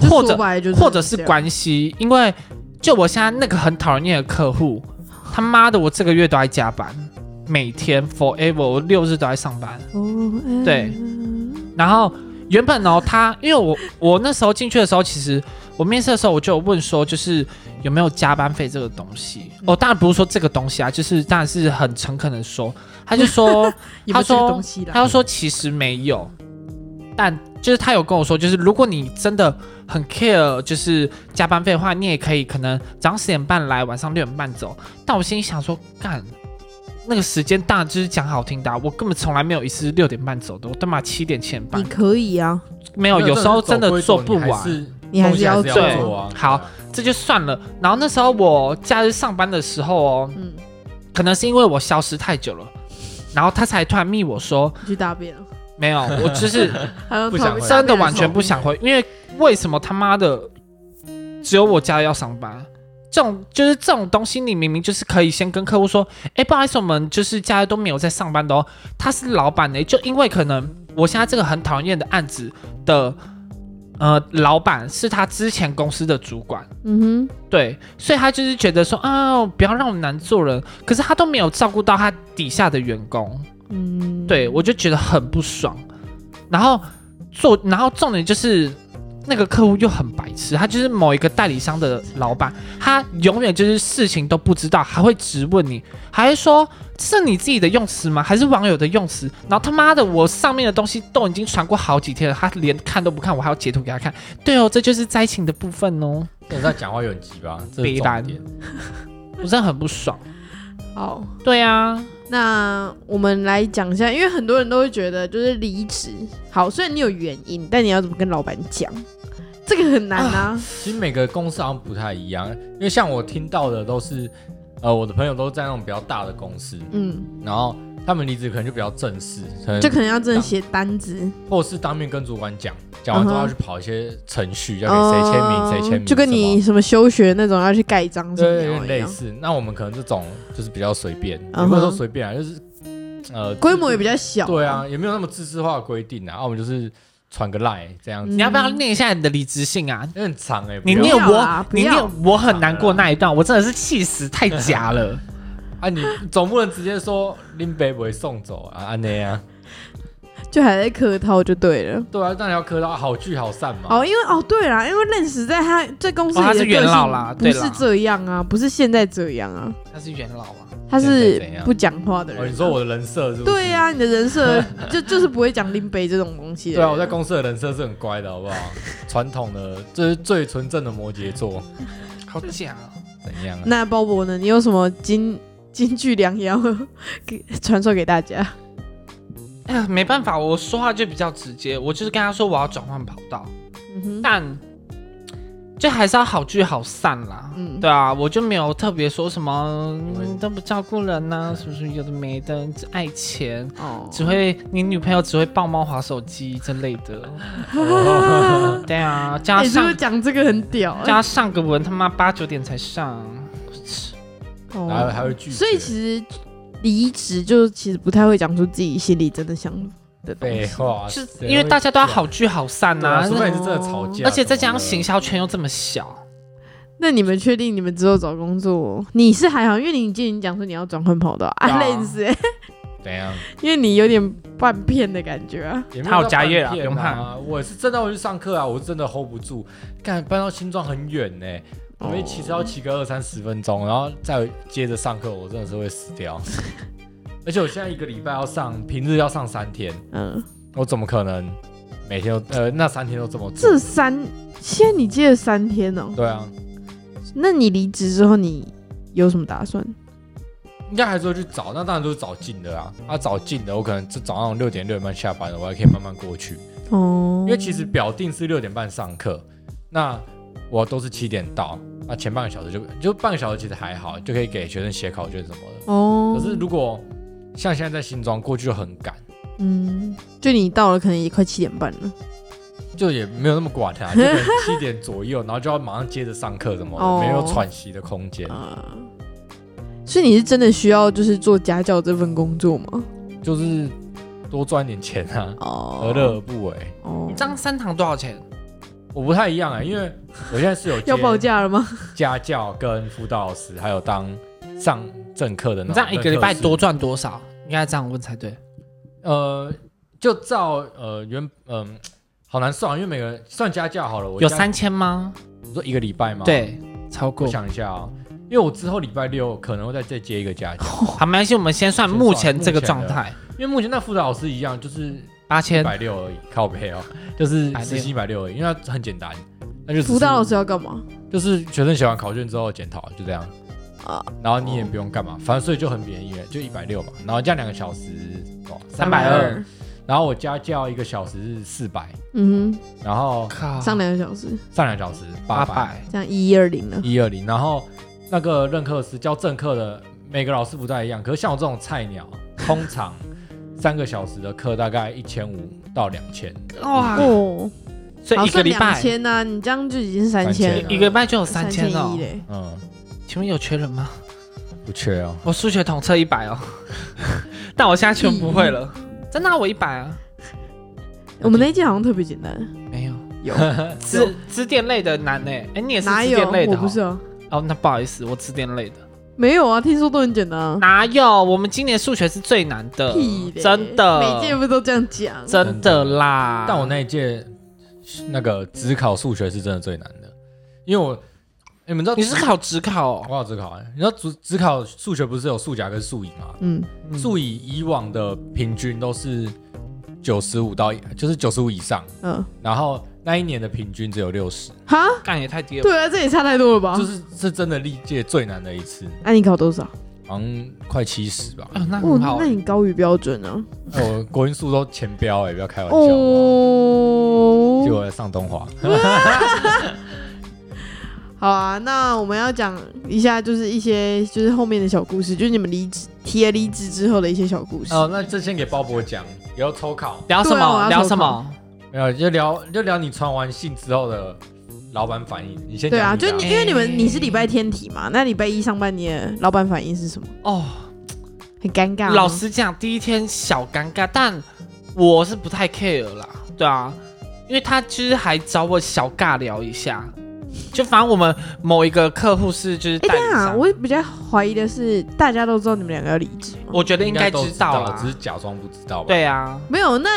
[SPEAKER 3] 就
[SPEAKER 2] 或
[SPEAKER 3] 说
[SPEAKER 2] 者
[SPEAKER 3] 白了就是
[SPEAKER 2] 或者是
[SPEAKER 3] 这样
[SPEAKER 2] 关系，因为就我现在那个很讨人厌的客户，他妈的，我这个月都在加班，每天 forever，我六日都在上班。
[SPEAKER 3] 哦哎
[SPEAKER 2] 对，然后原本呢，他因为我 我那时候进去的时候，其实我面试的时候我就有问说，就是有没有加班费这个东西。哦，当然不是说这个东西啊，就是当然是很诚恳的说，他就说
[SPEAKER 3] 也
[SPEAKER 2] 他
[SPEAKER 3] 不是这个
[SPEAKER 2] 说
[SPEAKER 3] 东西啦。
[SPEAKER 2] 他就说其实没有，但就是他有跟我说，就是如果你真的很 care 就是加班费的话，你也可以可能早上十点半来，晚上六点半走。但我心里想说，干那个时间当然就是讲好听的啊、我根本从来没有一次六点半走的，我他妈七点前
[SPEAKER 3] 你
[SPEAKER 2] 半
[SPEAKER 3] 可以啊，
[SPEAKER 2] 没有，有时候真的做不
[SPEAKER 1] 你
[SPEAKER 2] 完
[SPEAKER 1] 还。是
[SPEAKER 3] 你还
[SPEAKER 1] 东
[SPEAKER 3] 是
[SPEAKER 1] 西
[SPEAKER 3] 要
[SPEAKER 1] 还
[SPEAKER 3] 做
[SPEAKER 1] 是
[SPEAKER 2] 对
[SPEAKER 1] 要做啊。
[SPEAKER 2] 好这就算了。然后那时候我假日上班的时候哦，
[SPEAKER 3] 嗯，
[SPEAKER 2] 可能是因为我消失太久了，然后他才突然密我说
[SPEAKER 3] 你去大便了，
[SPEAKER 2] 没有，我就是
[SPEAKER 3] 还有
[SPEAKER 1] 不
[SPEAKER 3] 跑
[SPEAKER 1] 想
[SPEAKER 3] 个
[SPEAKER 1] 回
[SPEAKER 3] 大
[SPEAKER 2] 真的
[SPEAKER 3] 便
[SPEAKER 2] 完全
[SPEAKER 3] 手
[SPEAKER 2] 不想回，因为为什么他妈的只有我家要上班？这种就是这种东西，你明明就是可以先跟客户说，哎、不好意思，我们就是家都没有在上班的哦。他是老板呢、就因为可能我现在这个很讨厌的案子的，呃，老板是他之前公司的主管，
[SPEAKER 3] 嗯哼，
[SPEAKER 2] 对，所以他就是觉得说啊，不要让我难做人，可是他都没有照顾到他底下的员工，
[SPEAKER 3] 嗯，
[SPEAKER 2] 对我就觉得很不爽。然后做，然后重点就是那个客户又很白痴，他就是某一个代理商的老板，他永远就是事情都不知道，还会质问你，还会说这是你自己的用词吗？还是网友的用词？然后他妈的，我上面的东西都已经传过好几天了，他连看都不看，我还要截图给他看。对哦，这就是灾情的部分哦，
[SPEAKER 1] 但是他讲话有很急吧，啊这是
[SPEAKER 2] 北兰
[SPEAKER 1] 重点。
[SPEAKER 2] 我真的很不爽。
[SPEAKER 3] 好，
[SPEAKER 2] 嗯对啊，
[SPEAKER 3] 那我们来讲一下，因为很多人都会觉得就是离职，好，虽然你有原因，但你要怎么跟老板讲，这个很难啊。
[SPEAKER 1] 其实每个公司好像不太一样，因为像我听到的都是，呃，我的朋友都在那种比较大的公司，
[SPEAKER 3] 嗯，
[SPEAKER 1] 然后他们离职可能就比较正式，可能
[SPEAKER 3] 就可能要真的写单子，
[SPEAKER 1] 或是当面跟主管讲，讲完之后
[SPEAKER 3] 嗯哼
[SPEAKER 1] 要去跑一些程序，要给谁签
[SPEAKER 2] 哦
[SPEAKER 1] 名，谁签名，
[SPEAKER 3] 哦就跟你什么休学那种要去盖章
[SPEAKER 1] 什
[SPEAKER 3] 什
[SPEAKER 1] 么
[SPEAKER 3] 么
[SPEAKER 1] 对有
[SPEAKER 3] 的
[SPEAKER 1] 点类
[SPEAKER 3] 一样，
[SPEAKER 1] 似。那我们可能这种就是比较随便，也
[SPEAKER 3] 嗯哼
[SPEAKER 1] 不是说随便啊，就是呃
[SPEAKER 3] 规模也比较小。
[SPEAKER 1] 对，啊，也没有那么自治化的规定啊。啊，我们就是传个赖这样子，
[SPEAKER 3] 嗯
[SPEAKER 2] 你要不要念一下你的离职信啊？
[SPEAKER 1] 有点长哎、欸，
[SPEAKER 2] 你
[SPEAKER 1] 不要
[SPEAKER 2] 念
[SPEAKER 3] 不要啊
[SPEAKER 2] 我，
[SPEAKER 3] 不
[SPEAKER 2] 你
[SPEAKER 3] 要
[SPEAKER 2] 念我很难过那一段，我真的是气死，太假了。
[SPEAKER 1] 啊，你总不能直接说林北不会送走啊，安内啊，
[SPEAKER 3] 就还在客套就对了。
[SPEAKER 1] 对啊，那你要磕到好聚好散嘛。
[SPEAKER 3] 哦，因为哦，对啦，因为认识在他在公司
[SPEAKER 2] 哦他
[SPEAKER 3] 里
[SPEAKER 2] 是
[SPEAKER 3] 的
[SPEAKER 2] 元
[SPEAKER 3] 个
[SPEAKER 2] 老啦
[SPEAKER 3] 性不
[SPEAKER 2] 对
[SPEAKER 3] 是
[SPEAKER 2] 啦
[SPEAKER 3] 这样啊，不是现在这样啊，
[SPEAKER 2] 他是元老啊，
[SPEAKER 3] 他
[SPEAKER 1] 现
[SPEAKER 3] 是
[SPEAKER 1] 在怎样
[SPEAKER 3] 不讲话的人
[SPEAKER 1] 哦，
[SPEAKER 3] 啊。
[SPEAKER 1] 你说我的人设是不是？
[SPEAKER 3] 对啊呀、你的 人设就就是不会讲拎杯这种东西的
[SPEAKER 1] 对
[SPEAKER 3] 人。
[SPEAKER 1] 啊，我在公司的人设是很乖的，好不好？传统的，这、是最纯正的摩羯座，
[SPEAKER 2] 好假哦。
[SPEAKER 1] 怎样啊？
[SPEAKER 3] 那鲍勃呢？你有什么金金句良言要 给传授给大家？
[SPEAKER 2] 哎呀，没办法，我说话就比较直接，我就是跟他说我要转换跑道，
[SPEAKER 3] 嗯哼，
[SPEAKER 2] 但就还是要好聚好散啦。
[SPEAKER 3] 嗯
[SPEAKER 2] 对啊，我就没有特别说什么
[SPEAKER 1] 我也
[SPEAKER 2] 嗯都不照顾人啊呐、什么什么有的没的，只爱钱，
[SPEAKER 3] 哦，
[SPEAKER 2] 只会你女朋友只会抱猫滑手机之类 的。对啊，加
[SPEAKER 3] 哎你是不
[SPEAKER 2] 上
[SPEAKER 3] 是讲这个哎很屌、
[SPEAKER 2] 加上个文他妈八九点才上，
[SPEAKER 3] 哦
[SPEAKER 1] 然后还会拒绝，
[SPEAKER 3] 所以其实离职就其实不太会讲出自己心里真的想的东
[SPEAKER 1] 废
[SPEAKER 3] 西。
[SPEAKER 1] 话，
[SPEAKER 2] 是
[SPEAKER 1] 谁
[SPEAKER 2] 因为
[SPEAKER 1] 会
[SPEAKER 2] 大家都要
[SPEAKER 1] 讲
[SPEAKER 2] 好聚好散
[SPEAKER 1] 对啊，
[SPEAKER 2] 呐、
[SPEAKER 1] 除
[SPEAKER 3] 是
[SPEAKER 1] 非你是真的吵架，
[SPEAKER 2] 而且再加上
[SPEAKER 1] 什么
[SPEAKER 2] 行
[SPEAKER 1] 的，
[SPEAKER 2] 销圈又这么小，
[SPEAKER 3] 那你们确定你们之后找工作？你是还好，因为你已经讲说你要转换跑道，
[SPEAKER 2] 对
[SPEAKER 3] 啊，
[SPEAKER 2] 啊
[SPEAKER 3] 认识、
[SPEAKER 1] 怎样？
[SPEAKER 3] 因为你有点半骗的感觉啊。
[SPEAKER 1] 也没
[SPEAKER 2] 他有
[SPEAKER 1] 到
[SPEAKER 2] 加业啊
[SPEAKER 1] 半片
[SPEAKER 2] 不用
[SPEAKER 1] 啊。我是真的要去上课啊，我是真的 hold 不住，干搬到新庄很远呢、
[SPEAKER 2] 哦
[SPEAKER 1] 我一骑车
[SPEAKER 3] 哦
[SPEAKER 1] 要骑个二三十分钟，然后再接着上课，我真的是会死 掉。而且我现在一个礼拜要上，平日要上三天，
[SPEAKER 3] 嗯，
[SPEAKER 1] 我怎么可能每天都呃那三天都这么做
[SPEAKER 3] 这？三现在你接了三天哦、
[SPEAKER 1] 对啊，
[SPEAKER 3] 那你离职之后你有什么打算？
[SPEAKER 1] 应该还是会去找，那当然都是找近的啊。啊，找近的，我可能就早上六点六点半下班了，我还可以慢慢过去。
[SPEAKER 3] 哦，
[SPEAKER 1] 因为其实表定是六点半上课，那我都是七点到，那前半个小时就就半个小时其实还好，就可以给学生写考卷什么的。
[SPEAKER 3] 哦，
[SPEAKER 1] 可是如果像现在在新庄过去就很赶，
[SPEAKER 3] 嗯，就你到了可能也快七点半了。
[SPEAKER 1] 就也没有那么管啊，就可能七点左右，然后就要马上接着上课什么
[SPEAKER 3] 哦
[SPEAKER 1] 的，没有喘息的空间，
[SPEAKER 3] 啊，所以你是真的需要就是做家教这份工作吗？
[SPEAKER 1] 就是多赚点钱啊，
[SPEAKER 3] 哦，
[SPEAKER 1] 何乐而不为？
[SPEAKER 3] 哦
[SPEAKER 2] 你，张三堂多少钱？
[SPEAKER 1] 我不太一样啊、因为我现在是有
[SPEAKER 3] 要报
[SPEAKER 1] 接
[SPEAKER 3] 价了吗？
[SPEAKER 1] 家教跟辅导老师，还有当上正课的那种
[SPEAKER 2] 你这样一个礼拜
[SPEAKER 1] 任课师
[SPEAKER 2] 多赚多少？应该这样问才对。
[SPEAKER 1] 呃，就照呃原嗯、好难算啊，因为每个算家教好了，我
[SPEAKER 2] 有
[SPEAKER 1] 家
[SPEAKER 2] 三千吗？
[SPEAKER 1] 你说一个礼拜吗？，
[SPEAKER 2] 对，超
[SPEAKER 1] 我
[SPEAKER 2] 过。
[SPEAKER 1] 想一下啊、因为我之后礼拜六可能会再再接一个家教，
[SPEAKER 2] 好，没关系，我们先算
[SPEAKER 1] 先算
[SPEAKER 2] 目前这个状态，
[SPEAKER 1] 因为目前那辅导老师一样就是
[SPEAKER 2] 八
[SPEAKER 1] 一
[SPEAKER 2] 千。
[SPEAKER 1] 百六而已，靠背哦，就是
[SPEAKER 2] 160
[SPEAKER 1] 时薪一百六而已，因为它很简单，那就只是
[SPEAKER 3] 辅导老师要干嘛？
[SPEAKER 1] 就是学生写完考卷之后检讨，就这样。
[SPEAKER 3] 啊
[SPEAKER 1] 然后你也不用干嘛，反正所以就很便宜，就一百六嘛。然后这样两个小时，哦，三百二。
[SPEAKER 2] 320。
[SPEAKER 1] 然后我家教一个小时是四百，
[SPEAKER 3] 嗯
[SPEAKER 1] 然后
[SPEAKER 2] 靠
[SPEAKER 3] 哼，上两个小时，
[SPEAKER 1] 上两个小时八百，
[SPEAKER 2] 八百。
[SPEAKER 3] 这样一一二零了。
[SPEAKER 1] 一二零，然后那个任课师教正课的每个老师不太一样，可是像我这种菜鸟，通常三个小时的课大概一千五到两千，
[SPEAKER 2] 哇，
[SPEAKER 3] 哦，
[SPEAKER 2] 所以
[SPEAKER 3] 好
[SPEAKER 2] 一个
[SPEAKER 3] 算
[SPEAKER 2] 礼
[SPEAKER 3] 两
[SPEAKER 2] 拜，
[SPEAKER 3] 千呐，你这样就已经是三
[SPEAKER 1] 3000
[SPEAKER 2] 一
[SPEAKER 3] 了，
[SPEAKER 2] 个礼拜就有
[SPEAKER 3] 三
[SPEAKER 2] 三千哦
[SPEAKER 3] 一。嘞。
[SPEAKER 1] 嗯，
[SPEAKER 2] 请问有缺人吗？
[SPEAKER 1] 不缺哦。
[SPEAKER 2] 我数学统测一百哦， 但我现在全不会了。真的啊，我一百啊，
[SPEAKER 3] 嗯我们那一届好像特别简单，
[SPEAKER 2] 没有。
[SPEAKER 3] 有
[SPEAKER 2] 支支电类的难呢？哎，你也是
[SPEAKER 3] 哪
[SPEAKER 2] 支
[SPEAKER 3] 有？
[SPEAKER 2] 电类的
[SPEAKER 3] 我
[SPEAKER 2] 哦？
[SPEAKER 3] 不是啊，
[SPEAKER 2] 哦，那不好意思，我支电类的。
[SPEAKER 3] 没有啊，听说都很简单啊。
[SPEAKER 2] 哪有？我们今年数学是最难的
[SPEAKER 3] 屁，嘞
[SPEAKER 2] 真的，
[SPEAKER 3] 每届不都这样讲？
[SPEAKER 2] 真的啦。
[SPEAKER 1] 但我那一届那个只考数学是真的最难的，因为我、哎你们知道
[SPEAKER 2] 你是考职考
[SPEAKER 1] 我
[SPEAKER 2] 哦，
[SPEAKER 1] 考只考、欸，你知道只只考数学不是有数甲跟数乙吗？
[SPEAKER 3] 嗯，
[SPEAKER 1] 数乙以往的平均都是九十五到就是九十五以上，
[SPEAKER 3] 嗯，
[SPEAKER 1] 然后那一年的平均只有六十，
[SPEAKER 3] 哈，
[SPEAKER 2] 干也太低了吧。
[SPEAKER 3] 对啊，这也差太多了吧
[SPEAKER 1] 就？是是真的历届最难的一次，
[SPEAKER 3] 那、你考多少？
[SPEAKER 1] 好像快七十吧。
[SPEAKER 2] 啊，那
[SPEAKER 3] 哦，
[SPEAKER 2] 很好
[SPEAKER 3] 那，你高于标准啊！
[SPEAKER 1] 哎我国音数都前标哎、不要开玩笑。
[SPEAKER 3] 哦
[SPEAKER 1] 结，果上东华，
[SPEAKER 3] 好啊，那我们要讲一下，就是一些就是后面的小故事，就是你们离职提了离职之后的一些小故事。
[SPEAKER 1] 哦，那这先给鲍勃讲，也要抽考，
[SPEAKER 2] 聊什
[SPEAKER 3] 对啊我
[SPEAKER 2] 么？
[SPEAKER 3] 要
[SPEAKER 2] 聊
[SPEAKER 3] 投
[SPEAKER 2] 什
[SPEAKER 3] 考
[SPEAKER 2] 么？
[SPEAKER 1] 没有就聊就聊你传完信之后的老板反应，你先
[SPEAKER 3] 对啊，
[SPEAKER 1] 讲
[SPEAKER 3] 就
[SPEAKER 1] 的
[SPEAKER 3] 你因为你
[SPEAKER 2] 哎
[SPEAKER 3] 们你是礼拜天提嘛，那礼拜一上半年老板反应是什么？
[SPEAKER 2] 哦，
[SPEAKER 3] 很尴尬吗。
[SPEAKER 2] 老实讲，第一天小尴尬，但我是不太 care 啦，对啊，因为他其实还找我小尬聊一下，就反正我们某一个客户是就是
[SPEAKER 3] 哎、
[SPEAKER 2] 代理
[SPEAKER 3] 对啊，
[SPEAKER 2] 商，
[SPEAKER 3] 我比较怀疑的是，大家都知道你们两个要离职吗？
[SPEAKER 2] 我觉得应该
[SPEAKER 1] 都
[SPEAKER 2] 知
[SPEAKER 1] 知啊
[SPEAKER 2] 道
[SPEAKER 1] 了，只
[SPEAKER 2] 啦
[SPEAKER 1] 是，假装不知道吧。
[SPEAKER 2] 对啊，
[SPEAKER 3] 没有，那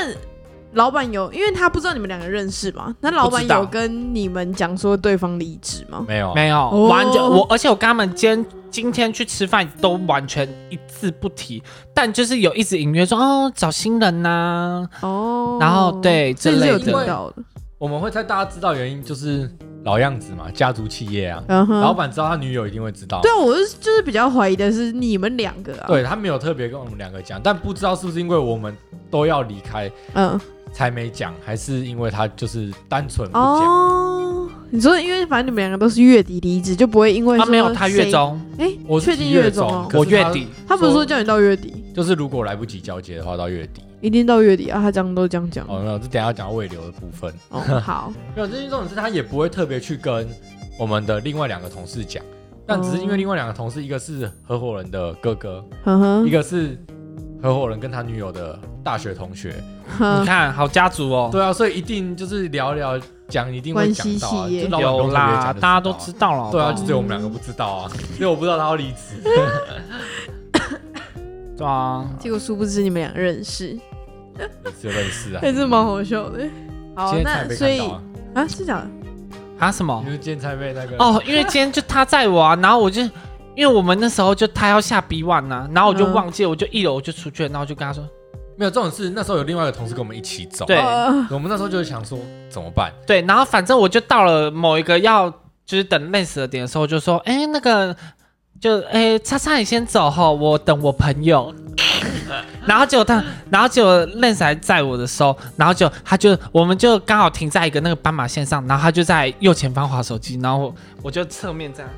[SPEAKER 3] 老板有，因为他不知道你们两个认识嘛，那老
[SPEAKER 2] 不
[SPEAKER 3] 板
[SPEAKER 2] 知道
[SPEAKER 3] 有跟你们讲说对方离职 吗？
[SPEAKER 1] 没有，啊
[SPEAKER 2] 没有，
[SPEAKER 3] 哦
[SPEAKER 2] 完全我，而且我跟他们今天今天去吃饭都完全一字不提，但就是有一直隐约说哦找新人呐、
[SPEAKER 3] 哦，
[SPEAKER 2] 然后，对
[SPEAKER 3] 这
[SPEAKER 2] 之
[SPEAKER 3] 是
[SPEAKER 2] 类
[SPEAKER 3] 有听
[SPEAKER 2] 的，
[SPEAKER 3] 到的。
[SPEAKER 1] 我们会在大家知道原因就是老样子嘛，家族企业啊，
[SPEAKER 3] 嗯
[SPEAKER 1] 老
[SPEAKER 3] 哼，
[SPEAKER 1] 板知道他女友一定会知道
[SPEAKER 3] 对。啊，我是就是比较怀疑的是你们两个啊。，
[SPEAKER 1] 对他没有特别跟我们两个讲，但不知道是不是因为我们都要离开
[SPEAKER 3] 嗯，
[SPEAKER 1] 才没讲，还是因为他就是单纯不讲。
[SPEAKER 3] 哦，你说因为反正你们两个都是月底离职，就不会因为
[SPEAKER 2] 啊
[SPEAKER 3] 说
[SPEAKER 2] 没有他月
[SPEAKER 3] 谁，
[SPEAKER 2] 中，
[SPEAKER 3] 哎，
[SPEAKER 1] 我是
[SPEAKER 3] 确定
[SPEAKER 1] 提月
[SPEAKER 3] 中
[SPEAKER 1] 中
[SPEAKER 3] 哦
[SPEAKER 1] 可。
[SPEAKER 2] 我
[SPEAKER 1] 是
[SPEAKER 2] 月
[SPEAKER 1] 他
[SPEAKER 2] 底，
[SPEAKER 3] 他不是说叫你到月底，
[SPEAKER 1] 就是如果来不及交接的话，到月底。
[SPEAKER 3] 一定到月底啊？他这样都这样讲。
[SPEAKER 1] 哦，没有，这等一下要讲到尾流的部分。
[SPEAKER 3] 哦，好，
[SPEAKER 1] 没有，这重点是他也不会特别去跟我们的另外两个同事讲，但只是因为另外两个同事，一个是合伙人的哥哥，
[SPEAKER 3] 嗯
[SPEAKER 1] 一
[SPEAKER 3] 哼
[SPEAKER 1] 个是合伙人跟他女友的大学同学。
[SPEAKER 2] 你
[SPEAKER 3] 哼，
[SPEAKER 2] 看好家族哦，
[SPEAKER 1] 对啊，所以一定就是聊聊讲，一定会讲到、啊，
[SPEAKER 3] 关系系
[SPEAKER 1] 就老板
[SPEAKER 2] 有
[SPEAKER 1] 都特别讲
[SPEAKER 2] 啦，
[SPEAKER 1] 就
[SPEAKER 2] 大家都
[SPEAKER 1] 啊
[SPEAKER 2] 知道了，好不
[SPEAKER 1] 对啊，
[SPEAKER 2] 好
[SPEAKER 1] 就只有我们两个不知道啊，因为我不知道他要离职。
[SPEAKER 2] 对啊，
[SPEAKER 3] 结果殊不知你们俩认识，
[SPEAKER 1] 只有认识啊
[SPEAKER 3] 还，是蛮好笑的。好
[SPEAKER 2] 嗯
[SPEAKER 1] 今，天才
[SPEAKER 3] 那
[SPEAKER 1] 被
[SPEAKER 3] 所
[SPEAKER 1] 看
[SPEAKER 3] 以
[SPEAKER 1] 到、啊，
[SPEAKER 3] 啊，是假的，
[SPEAKER 2] 啊什么
[SPEAKER 1] 因？为今天才被那个
[SPEAKER 2] 哦，因为今天就他载我啊，然后我就。因为我们那时候就他要下 B one 呐、然后我就
[SPEAKER 3] 嗯
[SPEAKER 2] 忘记了，我就一楼我就出去了，然后我就跟他说，
[SPEAKER 1] 没有这种事，那时候有另外一个同事跟我们一起走，
[SPEAKER 2] 对
[SPEAKER 3] 呃
[SPEAKER 1] 我们那时候就是想说怎么 办，
[SPEAKER 2] 对，然后反正我就到了某一个要就是等累死的点的时候，我就说，哎，那个就哎，叉叉你先走哈，我等我朋友。 然后结果他，然后结果认识还载我的时候，然后就他就我们就刚好停在一个那个斑马线上，然后他就在右前方划手机，然后我就侧面这样，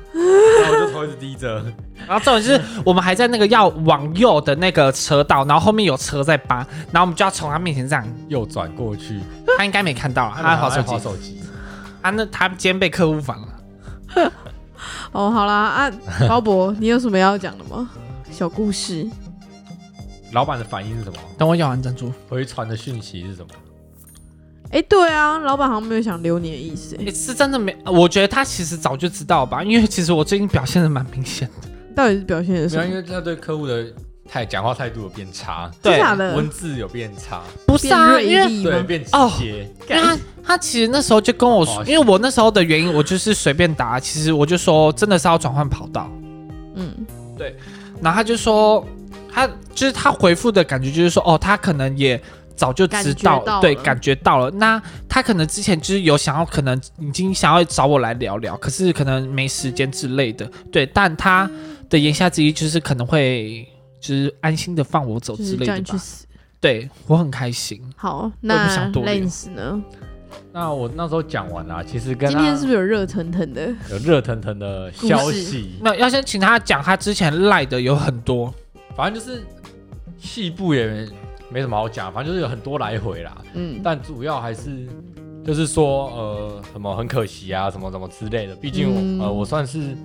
[SPEAKER 1] 然后我就头一直低着，
[SPEAKER 2] 然后重点就是我们还在那个要往右的那个车道，然后后面有车在扒，然后我们就要从他面前这样，
[SPEAKER 1] 右转过去，
[SPEAKER 2] 他应该没看到啊，他划手
[SPEAKER 1] 划
[SPEAKER 2] 机，
[SPEAKER 1] 手机，
[SPEAKER 2] 他那他今天被客户访了。
[SPEAKER 3] 哦，好啦 啊，鲍勃，你有什么要讲的吗？小故事，
[SPEAKER 1] 老板的反应是什么？
[SPEAKER 2] 等我咬完珍珠，
[SPEAKER 1] 回传的讯息是什么？
[SPEAKER 3] 哎，对啊，老板好像没有想留你的意思，哎
[SPEAKER 2] 你是真的没？我觉得他其实早就知道吧，因为其实我最近表现的蛮明显的。
[SPEAKER 3] 到底是表现的
[SPEAKER 1] 没
[SPEAKER 3] 什
[SPEAKER 1] 有，
[SPEAKER 3] 么
[SPEAKER 1] 因？为他对客户的态讲话态度有变差，
[SPEAKER 3] 真
[SPEAKER 2] 对，
[SPEAKER 3] 假的？
[SPEAKER 1] 文字有变差，
[SPEAKER 2] 不是
[SPEAKER 3] 变
[SPEAKER 2] 啊，
[SPEAKER 3] 锐
[SPEAKER 2] 因为因为
[SPEAKER 3] 利
[SPEAKER 1] 对，
[SPEAKER 3] 吗？哦
[SPEAKER 1] 变直接，
[SPEAKER 2] 他他其实那时候就跟我说，
[SPEAKER 1] 哦
[SPEAKER 2] 因为我那时候的原因，我就是随便答，其实我就说真的是要转换跑道，
[SPEAKER 3] 嗯，
[SPEAKER 2] 然后他就说他就是他回复的感觉就是说哦，他可能也。早就知道，
[SPEAKER 3] 感觉到了
[SPEAKER 2] 对，感觉到了。那他可能之前就是有想要，可能已经想要找我来聊聊，可是可能没时间之类的，对。但他的言下之意就是可能会，就是安心的放我走
[SPEAKER 3] 就
[SPEAKER 2] 之
[SPEAKER 3] 是
[SPEAKER 2] 类
[SPEAKER 3] 叫
[SPEAKER 2] 的
[SPEAKER 3] 你去
[SPEAKER 2] 吧。
[SPEAKER 3] 死。
[SPEAKER 2] 对我很开心。
[SPEAKER 3] 好，
[SPEAKER 2] 我也不
[SPEAKER 3] 那
[SPEAKER 2] 想多聊
[SPEAKER 3] Lens 呢？
[SPEAKER 1] 那我那时候讲完啦、其实跟
[SPEAKER 3] 今
[SPEAKER 1] 他
[SPEAKER 3] 天是不是有热腾腾的？
[SPEAKER 1] 有热腾腾的消息，
[SPEAKER 2] 那要先请他讲，他之前赖的有很多，
[SPEAKER 1] 反正就是细部也没没什么好讲，反正就是有很多来回啦。
[SPEAKER 3] 嗯，
[SPEAKER 1] 但主要还是就是说，呃，什么很可惜啊，什么什么之类的。毕竟我、
[SPEAKER 3] 嗯
[SPEAKER 1] 呃，我算是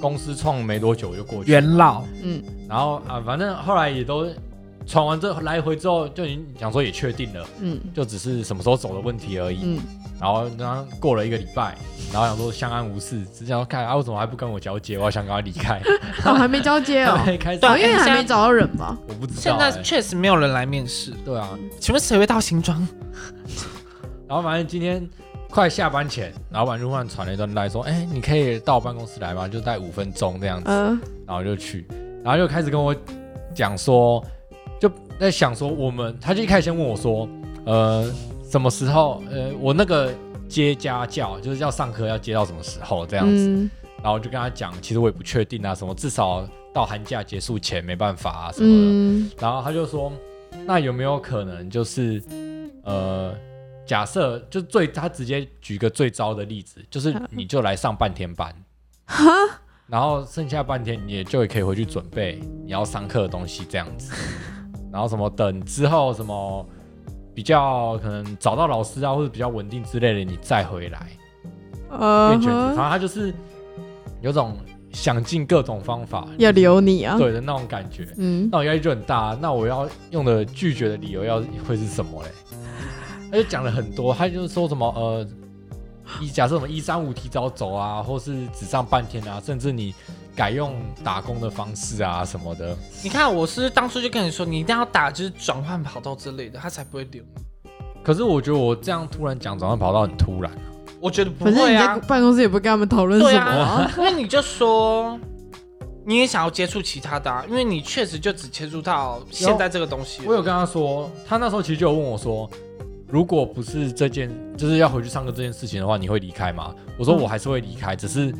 [SPEAKER 1] 公司创没多久我就过去了，
[SPEAKER 2] 元老
[SPEAKER 3] 嗯
[SPEAKER 1] 然后啊、反正后来也都传完这来回之后，就已经讲说也确定了，
[SPEAKER 3] 嗯
[SPEAKER 1] 就只是什么时候走的问题而已。
[SPEAKER 3] 嗯，
[SPEAKER 1] 然后然后过了一个礼拜，然后想说相安无事，只想要看啊，为什么还不跟我交接？我要想赶快离开。
[SPEAKER 3] 哦，还没交 接哦，
[SPEAKER 1] 还没 开始，
[SPEAKER 3] 哦，因
[SPEAKER 2] 哎
[SPEAKER 3] 为还
[SPEAKER 2] 现
[SPEAKER 3] 没
[SPEAKER 2] 在
[SPEAKER 3] 找到人吧？
[SPEAKER 1] 我不知道、
[SPEAKER 2] 现在
[SPEAKER 1] 欸
[SPEAKER 2] 确实没有人来面试。
[SPEAKER 1] 对啊，
[SPEAKER 2] 请问谁会到新庄？
[SPEAKER 1] 然后反正今天快下班前，老板就忽然传了一段来说：“哎、你可以到我办公室来吗？就待五分钟这样子。”
[SPEAKER 3] 呃，
[SPEAKER 1] 然后就去，然后就开始跟我讲说，就在想说我们，他就一开始先问我说，呃，什么时候，呃，我那个接家教就是要上课要接到什么时候这样子，
[SPEAKER 3] 嗯
[SPEAKER 1] 然后我就跟他讲，其实我也不确定啊，什么至少到寒假结束前没办法啊什么的，
[SPEAKER 3] 嗯
[SPEAKER 1] 然后他就说，那有没有可能就是，呃，假设就最他直接举个最糟的例子，就是你就来上半天班，然后剩下半天你也就可以回去准备你要上课的东西这样子，然后什么等之后什么比较可能找到老师啊，或者比较稳定之类的，你再回来
[SPEAKER 3] 呃
[SPEAKER 1] 变全职，反正
[SPEAKER 3] 呵，
[SPEAKER 1] 他就是有种想尽各种方法
[SPEAKER 3] 要留你啊，
[SPEAKER 1] 对的那种感觉。
[SPEAKER 3] 嗯，
[SPEAKER 1] 那我压力就很大。那我要用的拒绝的理由要会是什么嘞？他就讲了很多，他就是说什么呃，一假设什么一三五提早走啊，或是只上半天啊，甚至你改用打工的方式啊什么的。
[SPEAKER 2] 你看，我是不是当初就跟你说，你一定要打就是转换跑道之类的，他才不会留。
[SPEAKER 1] 可是我觉得我这样突然讲转换跑道很突然，
[SPEAKER 2] 我觉得不
[SPEAKER 3] 反正
[SPEAKER 2] 会
[SPEAKER 3] 你
[SPEAKER 2] 啊
[SPEAKER 3] 在，办公室也不跟他们讨论
[SPEAKER 2] 对
[SPEAKER 3] 什么啊，
[SPEAKER 2] 啊，因为你就说你也想要接触其他的、啊，因为你确实就只接触到现在这个东西。
[SPEAKER 1] 我有跟他说，他那时候其实就有问我说，如果不是这件就是要回去上课这件事情的话，你会离开吗？我说我还是会离开，只是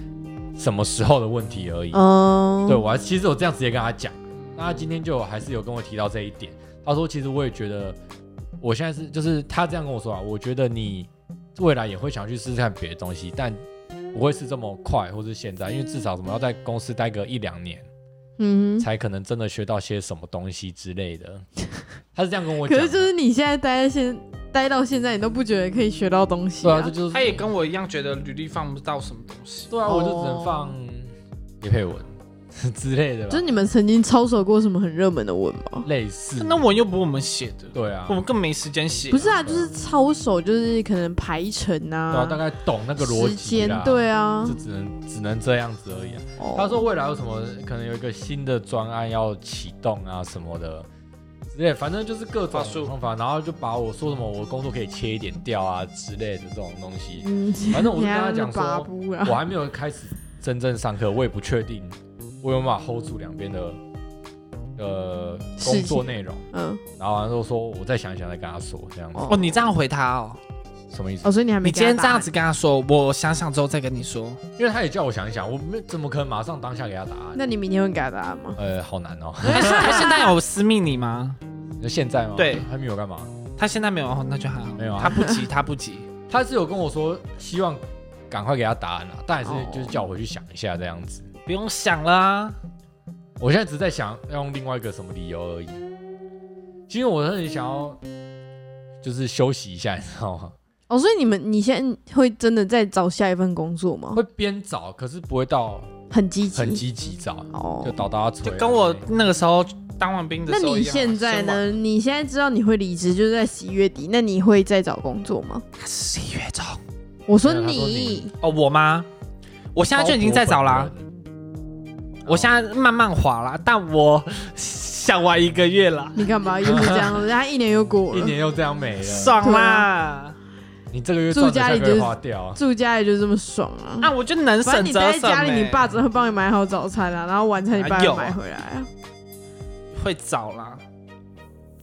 [SPEAKER 1] 什么时候的问题而已。
[SPEAKER 3] 嗯，
[SPEAKER 1] 对，我还其实我这样直接跟他讲，那他今天就有还是有跟我提到这一点。他说，其实我也觉得，我现在是就是他这样跟我说啊，我觉得你未来也会想去试试看别的东西，但不会是这么快或是现在，因为至少什么要在公司待个一两年，
[SPEAKER 3] 嗯哼。
[SPEAKER 1] 才可能真的学到些什么东西之类的。他是这样跟我讲
[SPEAKER 3] 可
[SPEAKER 1] 的，
[SPEAKER 3] 是就是你现在待在现待到现在，你都不觉得可以学到东西、
[SPEAKER 1] 对啊，
[SPEAKER 3] 啊，
[SPEAKER 1] 这就是
[SPEAKER 2] 他也跟我一样觉得履历放不到什么东西。
[SPEAKER 1] 对啊，我就只
[SPEAKER 3] 哦
[SPEAKER 1] 能放叶佩 文之类的吧
[SPEAKER 3] 就嗯是，你们曾经操守过什么很热门的文吗？
[SPEAKER 1] 类似。
[SPEAKER 2] 那文又不是我们写的，
[SPEAKER 1] 对啊，
[SPEAKER 2] 我们更没时间写。
[SPEAKER 3] 不是啊，就是操守，就是可能排程
[SPEAKER 1] 对啊，
[SPEAKER 3] 啊，
[SPEAKER 1] 大概懂那个逻
[SPEAKER 3] 时
[SPEAKER 1] 辑啦
[SPEAKER 3] 间，。对啊
[SPEAKER 1] 就。只能只能这样子而已、啊。
[SPEAKER 3] 哦
[SPEAKER 1] 他说未来有什么可能有一个新的专案要启动啊什么的之类，反正就是各种
[SPEAKER 2] 法术
[SPEAKER 1] 方法，然后就把我说什么我工作可以切一点掉啊之类的这种东西。
[SPEAKER 3] 嗯，
[SPEAKER 1] 反正我就
[SPEAKER 3] 你
[SPEAKER 1] 跟他
[SPEAKER 3] 还
[SPEAKER 1] 讲
[SPEAKER 3] 是拔
[SPEAKER 1] 说，
[SPEAKER 3] 不啊
[SPEAKER 1] 我，还没有开始真正上课，我也不确定我有没有办法 hold 住两边的呃
[SPEAKER 3] 事
[SPEAKER 1] 工
[SPEAKER 3] 情
[SPEAKER 1] 作内容。
[SPEAKER 3] 嗯，
[SPEAKER 1] 然后他就说我再想一想再跟他说这样子，
[SPEAKER 2] 哦，你这样回他哦，
[SPEAKER 1] 什么意思？
[SPEAKER 3] 哦，所以你还没
[SPEAKER 2] 你今天这
[SPEAKER 3] 给他答
[SPEAKER 2] 样
[SPEAKER 3] 案
[SPEAKER 2] 子，跟他说，我想想之后再跟你说。
[SPEAKER 1] 因为他也叫我想一想，我没怎么可能马上当下给他答案？
[SPEAKER 3] 那你明天会给他答案吗？
[SPEAKER 1] 呃，好难哦。
[SPEAKER 2] 他现他现在有私密你吗？
[SPEAKER 1] 那现在吗？
[SPEAKER 2] 对
[SPEAKER 1] 还没有干嘛？
[SPEAKER 2] 他现在没有，哦那就还好。
[SPEAKER 1] 没有啊
[SPEAKER 2] 他不急，他不 急。
[SPEAKER 1] 他是有跟我说希望赶快给他答案了，但还是
[SPEAKER 3] 哦
[SPEAKER 1] 就是叫我回去想一下这样子。
[SPEAKER 2] 不用想了啊，
[SPEAKER 1] 我现在只是在想要用另外一个什么理由而已。其实我很想要就是休息一下，你知道吗？
[SPEAKER 3] 哦，所以你们你现在会真的在找下一份工作吗？
[SPEAKER 1] 会边找，可是不会到
[SPEAKER 3] 很积极，
[SPEAKER 1] 很积极找，就
[SPEAKER 3] 哦。
[SPEAKER 1] 倒到他催啊。
[SPEAKER 2] 就跟我那个时候当完兵的
[SPEAKER 3] 那
[SPEAKER 2] 时候一
[SPEAKER 3] 你
[SPEAKER 2] 样啊。
[SPEAKER 3] 现在
[SPEAKER 2] 生
[SPEAKER 3] 呢？你现在知道你会离职，就是在十一月底。那你会再找工作吗？
[SPEAKER 2] 完？十一月中
[SPEAKER 3] 我说
[SPEAKER 1] 对啊他说
[SPEAKER 3] 你，
[SPEAKER 2] 哦，我吗？我现在就已经在找啦、
[SPEAKER 1] 包裹本人。
[SPEAKER 2] 我现在慢慢滑啦，但我想玩一个月啦，
[SPEAKER 3] 你干嘛又是这样子？他一年又
[SPEAKER 1] 哦
[SPEAKER 3] 过
[SPEAKER 1] 一
[SPEAKER 3] 了，
[SPEAKER 1] 年又这样没了，
[SPEAKER 2] 爽
[SPEAKER 3] 对啊
[SPEAKER 2] 啦！
[SPEAKER 1] 你这个月
[SPEAKER 3] 住
[SPEAKER 1] 赚的
[SPEAKER 3] 家
[SPEAKER 1] 下
[SPEAKER 3] 里
[SPEAKER 1] 个月
[SPEAKER 3] 就是
[SPEAKER 1] 花掉。
[SPEAKER 3] 住家里就这么爽啊！
[SPEAKER 2] 啊，我就能
[SPEAKER 3] 反正
[SPEAKER 2] 省
[SPEAKER 3] 你
[SPEAKER 2] 则
[SPEAKER 3] 待在
[SPEAKER 2] 省、
[SPEAKER 3] 家里，你爸只
[SPEAKER 2] 欸
[SPEAKER 3] 会帮你买好早餐啊，然后晚餐你爸
[SPEAKER 2] 哪有
[SPEAKER 3] 会
[SPEAKER 2] 啊
[SPEAKER 3] 买回来啊。
[SPEAKER 2] 会找啦。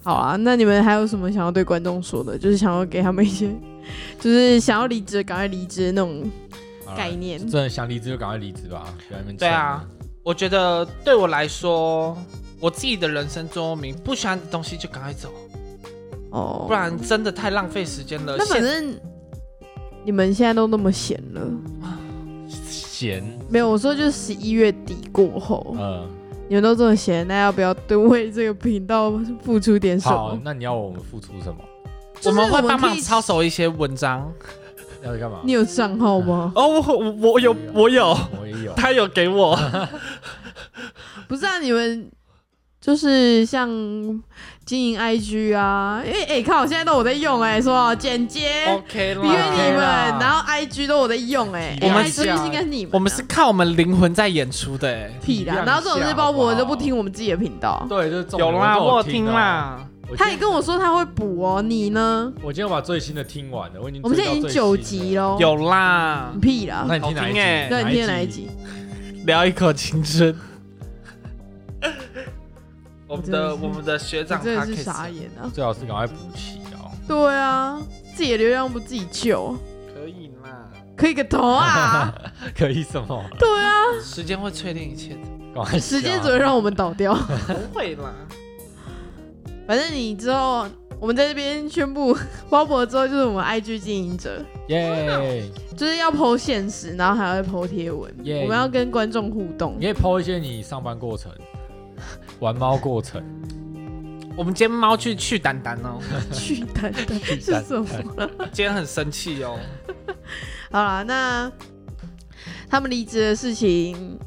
[SPEAKER 3] 好啊，那你们还有什么想要对观众说的？就是想要给他们一些，就是想要离职赶快离职的那种
[SPEAKER 1] 好啦
[SPEAKER 2] 啊
[SPEAKER 3] 概念。
[SPEAKER 1] 真的想离职就赶快离职吧，不要在那边
[SPEAKER 2] 对啊
[SPEAKER 1] 撑了，
[SPEAKER 2] 我觉得对我来说，我自己的人生座右铭，不喜欢的东西就赶快走，
[SPEAKER 3] 哦，
[SPEAKER 2] 不然真的太浪费时间了。
[SPEAKER 3] 那反
[SPEAKER 2] 现
[SPEAKER 3] 正你们现在都那么闲了，
[SPEAKER 1] 闲，
[SPEAKER 3] 没有我说就是十一月底过后，
[SPEAKER 1] 嗯。
[SPEAKER 3] 你们都这么闲，那要不要对为这个频道付出点什
[SPEAKER 1] 好
[SPEAKER 3] 么，？
[SPEAKER 1] 那你要我们付出什么？
[SPEAKER 3] 就是
[SPEAKER 2] 我们会
[SPEAKER 3] 我们
[SPEAKER 2] 帮
[SPEAKER 3] 可
[SPEAKER 2] 忙
[SPEAKER 3] 以
[SPEAKER 2] 操守一些文章。
[SPEAKER 1] 要干嘛？
[SPEAKER 3] 你有账号
[SPEAKER 1] 嗯
[SPEAKER 3] 吗？
[SPEAKER 2] 哦，我我我有我有，
[SPEAKER 1] 我也有。
[SPEAKER 2] 他有给我。
[SPEAKER 3] 不是啊，你们就是像经营 IG 啊，因为哎、看我现在都我在用哎、说啊剪接。
[SPEAKER 2] OK 啦，
[SPEAKER 3] 因为你
[SPEAKER 1] 哦 OK
[SPEAKER 3] 们，
[SPEAKER 1] 啦
[SPEAKER 3] 然后 I G 都我在用哎、
[SPEAKER 1] 我
[SPEAKER 3] 欸，
[SPEAKER 2] 们
[SPEAKER 3] I G
[SPEAKER 1] 是啊
[SPEAKER 3] 应该是你们啊、
[SPEAKER 2] 我们是靠我们灵魂在演出的、欸。
[SPEAKER 3] 屁
[SPEAKER 1] 一样
[SPEAKER 3] 啦
[SPEAKER 1] 一，下
[SPEAKER 3] 然后这种日
[SPEAKER 1] 好
[SPEAKER 3] 包
[SPEAKER 1] 不好
[SPEAKER 3] 我都不听我们自己的频道，
[SPEAKER 1] 对，就是这种
[SPEAKER 2] 有啦，
[SPEAKER 1] 都
[SPEAKER 2] 我
[SPEAKER 1] 有
[SPEAKER 2] 有
[SPEAKER 1] 听
[SPEAKER 2] 听
[SPEAKER 1] 啊。
[SPEAKER 2] 啦。
[SPEAKER 1] 我今
[SPEAKER 3] 他也
[SPEAKER 1] 天
[SPEAKER 3] 跟我说他会补哦，你呢？
[SPEAKER 1] 我今天把最新的听完了，我已经
[SPEAKER 3] 我们
[SPEAKER 1] 追
[SPEAKER 3] 现在已
[SPEAKER 1] 到
[SPEAKER 3] 经
[SPEAKER 1] 最
[SPEAKER 3] 九
[SPEAKER 1] 新的
[SPEAKER 3] 集喽，
[SPEAKER 2] 有啦，
[SPEAKER 3] 屁啦
[SPEAKER 1] 那！你听哪一集
[SPEAKER 2] 好听欸？
[SPEAKER 3] 啊那你听哪一？集？
[SPEAKER 2] 聊一口青春。 我们的
[SPEAKER 3] 我真的是
[SPEAKER 2] 我们的学
[SPEAKER 3] 你
[SPEAKER 2] 长
[SPEAKER 3] 真
[SPEAKER 2] 他
[SPEAKER 3] 的
[SPEAKER 2] 可以
[SPEAKER 3] 是傻眼啊！
[SPEAKER 1] 最好是赶快补齐哦。
[SPEAKER 3] 对啊，自己的流量不自己救，
[SPEAKER 2] 可以啦，
[SPEAKER 3] 可以个头啊！
[SPEAKER 1] 可以什么？
[SPEAKER 3] 对啊，
[SPEAKER 2] 时间会淬炼一切的，
[SPEAKER 1] 赶快
[SPEAKER 3] 时间
[SPEAKER 1] 下
[SPEAKER 3] 只会让我们倒掉。
[SPEAKER 2] 不会啦。
[SPEAKER 3] 反正你之后，我们在这边宣布 包博之后，就是我们 IG 经营者，
[SPEAKER 1] 哦耶！
[SPEAKER 3] 就是要 PO 现实，然后还要 PO 贴文
[SPEAKER 1] Yeah
[SPEAKER 3] 我们要跟观众互动
[SPEAKER 1] 你。可以抛一些你上班过程、玩猫过程，
[SPEAKER 2] 我们今天猫去去丹丹哦，
[SPEAKER 3] 去蛋蛋是
[SPEAKER 1] 蛋
[SPEAKER 3] 什么？
[SPEAKER 2] 今天很生气哦。
[SPEAKER 3] 好啦，那他们离职的事情，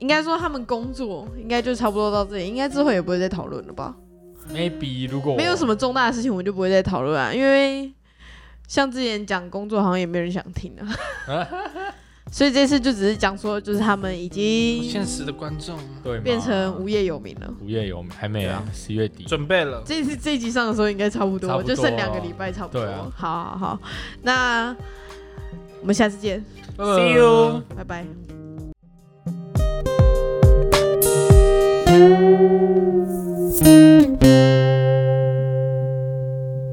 [SPEAKER 3] 应该说他们工作应该就差不多到这里，应该之后也不会再讨论了吧？
[SPEAKER 1] maybe 如果
[SPEAKER 3] 没有什
[SPEAKER 1] 么
[SPEAKER 3] 么重大的事情，我们就不会再讨论啊，因为像之前讲工作，好像也没有人想听啊。 所以这次就只是讲说，就是他们已经
[SPEAKER 1] 哦
[SPEAKER 2] 现实的观众
[SPEAKER 1] 对吗
[SPEAKER 3] 变成无业游民了。
[SPEAKER 1] 无业游民，还没啊，十月底。
[SPEAKER 2] 准备了，
[SPEAKER 3] 这次这一集上的时候应该差不多，
[SPEAKER 1] 差不多啊
[SPEAKER 3] 就剩两个礼拜差不多。
[SPEAKER 1] 对啊
[SPEAKER 3] 好好好，那我们下次见，
[SPEAKER 1] 呃
[SPEAKER 2] See you
[SPEAKER 3] 拜拜。
[SPEAKER 1] 拜拜。